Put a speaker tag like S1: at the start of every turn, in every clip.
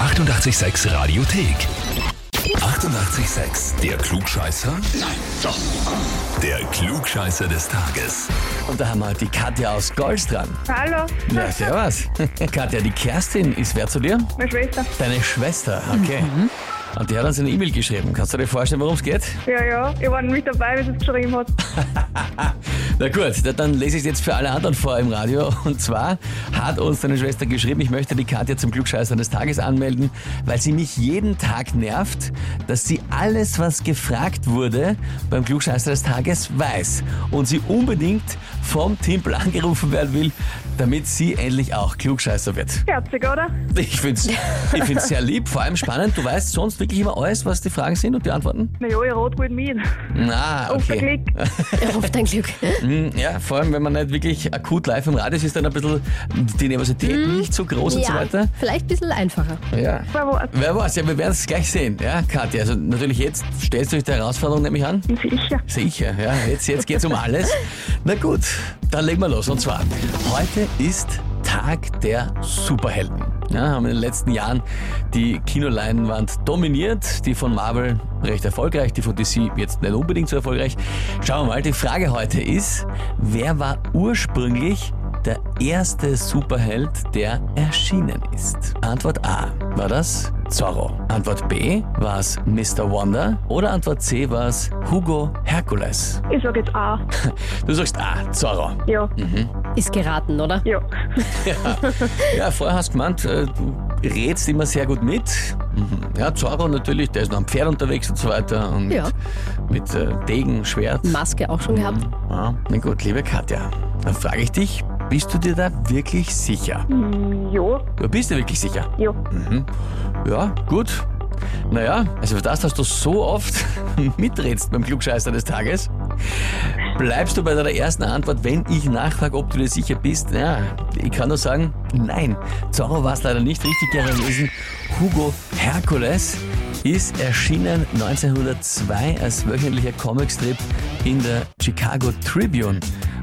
S1: 886 Radiothek. 88,6. Der Klugscheißer? Nein, doch. Der Klugscheißer des Tages.
S2: Und da haben wir die Katja aus Golz dran.
S3: Hallo,
S2: Na, servus. Katja, die Kerstin ist wer zu dir?
S3: meine Schwester.
S2: Deine Schwester, okay. Und die hat uns eine E-Mail geschrieben. Kannst du dir vorstellen, worum es geht?
S3: Ja, ja, ich war nicht dabei, wie sie es geschrieben hat.
S2: Na gut, da- dann lese ich es jetzt für alle anderen vor im Radio. Und zwar hat uns deine Schwester geschrieben, ich möchte die Katja zum Glückscheißer des Tages anmelden, weil sie mich jeden Tag nervt, dass sie alles, was gefragt wurde, beim Glückscheißer des Tages weiß. Und sie unbedingt vom Timpel angerufen werden will, damit sie endlich auch Klugscheißer wird.
S3: Herzig, oder?
S2: Ich find's, ich find's sehr lieb, vor allem spannend. Du weißt sonst wirklich immer alles, was die Fragen sind und die Antworten?
S3: Na ja, ich rot gut mit.
S2: Na,
S3: Auf den
S2: okay.
S3: Klick.
S4: Er ruft ein Glück.
S2: Hm, Ja, vor allem, wenn man nicht wirklich akut live im Radio ist, ist dann ein bisschen die Nervosität nicht so groß und so weiter.
S4: vielleicht ein bisschen einfacher.
S2: Ja.
S3: Wer war's?
S2: Wer weiß, ja, wir werden es gleich sehen, ja, Katja. Also natürlich jetzt stellst du dich der Herausforderung nämlich an.
S3: Sicher.
S2: Sicher, ja. Jetzt, jetzt geht's um alles. Na gut, dann legen wir los. Und zwar, heute ist Tag der Superhelden. Ja, haben in den letzten Jahren die Kinoleinwand dominiert, die von Marvel recht erfolgreich, die von DC jetzt nicht unbedingt so erfolgreich. Schauen wir mal, die Frage heute ist, wer war ursprünglich der erste Superheld, der erschienen ist? Antwort A, war das Zorro. Antwort B, war es Mr. Wonder. Oder Antwort C, war es Hugo Hercules.
S3: Ich sag jetzt A.
S2: Du sagst A, Zorro.
S3: Ja,
S4: Ist geraten, oder?
S3: ja.
S2: Ja, vorher hast du gemeint, äh, du rätst immer sehr gut mit. Mhm. Ja, Zorro natürlich, der ist noch am Pferd unterwegs und so weiter. Und
S4: Ja.
S2: mit äh, Degen, Schwert.
S4: Maske auch schon gehabt.
S2: Ja. Na gut, liebe Katja, dann frage ich dich, bist du dir da wirklich sicher?
S3: Ja,
S2: Du bist dir wirklich sicher?
S3: ja.
S2: Mhm. Ja, gut. Naja, also für das, dass du so oft mitredst beim Klugscheißer des Tages, bleibst du bei deiner ersten Antwort, wenn ich nachfrage, ob du dir sicher bist. Ja, ich kann nur sagen, nein. Zorro war es leider nicht richtig gewesen. Hugo Herkules ist erschienen 1902 als wöchentlicher Comicstrip in der Chicago Tribune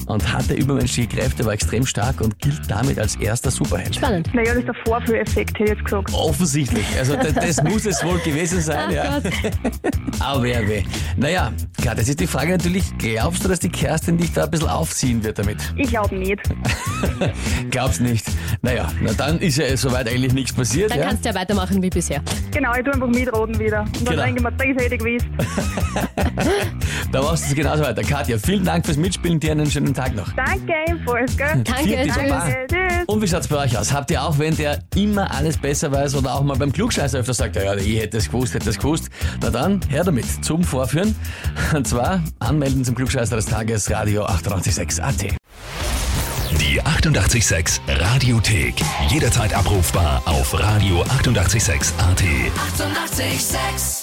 S2: und hatte übermenschliche Kräfte, war extrem stark und gilt damit als erster Superheld.
S4: Spannend.
S3: Naja, das ist der Vorführeffekt, hätte ich jetzt gesagt.
S2: Offensichtlich. Also das, das muss es wohl gewesen sein, ja. Aber ja, weh. Naja, klar, das ist die Frage natürlich, glaubst du, dass die Kerstin dich da ein bisschen aufziehen wird damit?
S3: Ich glaube nicht.
S2: Glaubst nicht. Naja, na dann ist ja soweit eigentlich nichts passiert,
S4: Dann
S2: ja.
S4: kannst du ja weitermachen wie bisher.
S3: Genau, ich tu einfach mitroden wieder. Und dann
S2: Genau.
S3: denke ich mir, das hätte ich gewusst.
S2: Da machst du es genauso weiter. Katja, vielen Dank fürs Mitspielen, dir einen schönen Tag noch.
S3: Danke, ebenfalls, gell?
S4: Danke,
S2: Vierte
S4: tschüss.
S2: Baba.
S3: Danke, tschüss.
S2: Und wie schaut's bei euch aus? Habt ihr auch, wenn der immer alles besser weiß oder auch mal beim Klugscheißer öfter sagt, ja, ich hätte es gewusst, hätte es gewusst, na dann, her damit, zum Vorführen. Und zwar anmelden zum Klugscheißer des Tages, Radio 886 AT.
S1: Die 88,6 Radiothek. Jederzeit abrufbar auf radio886.at. 88,6.
S5: Eighty-eight, sex.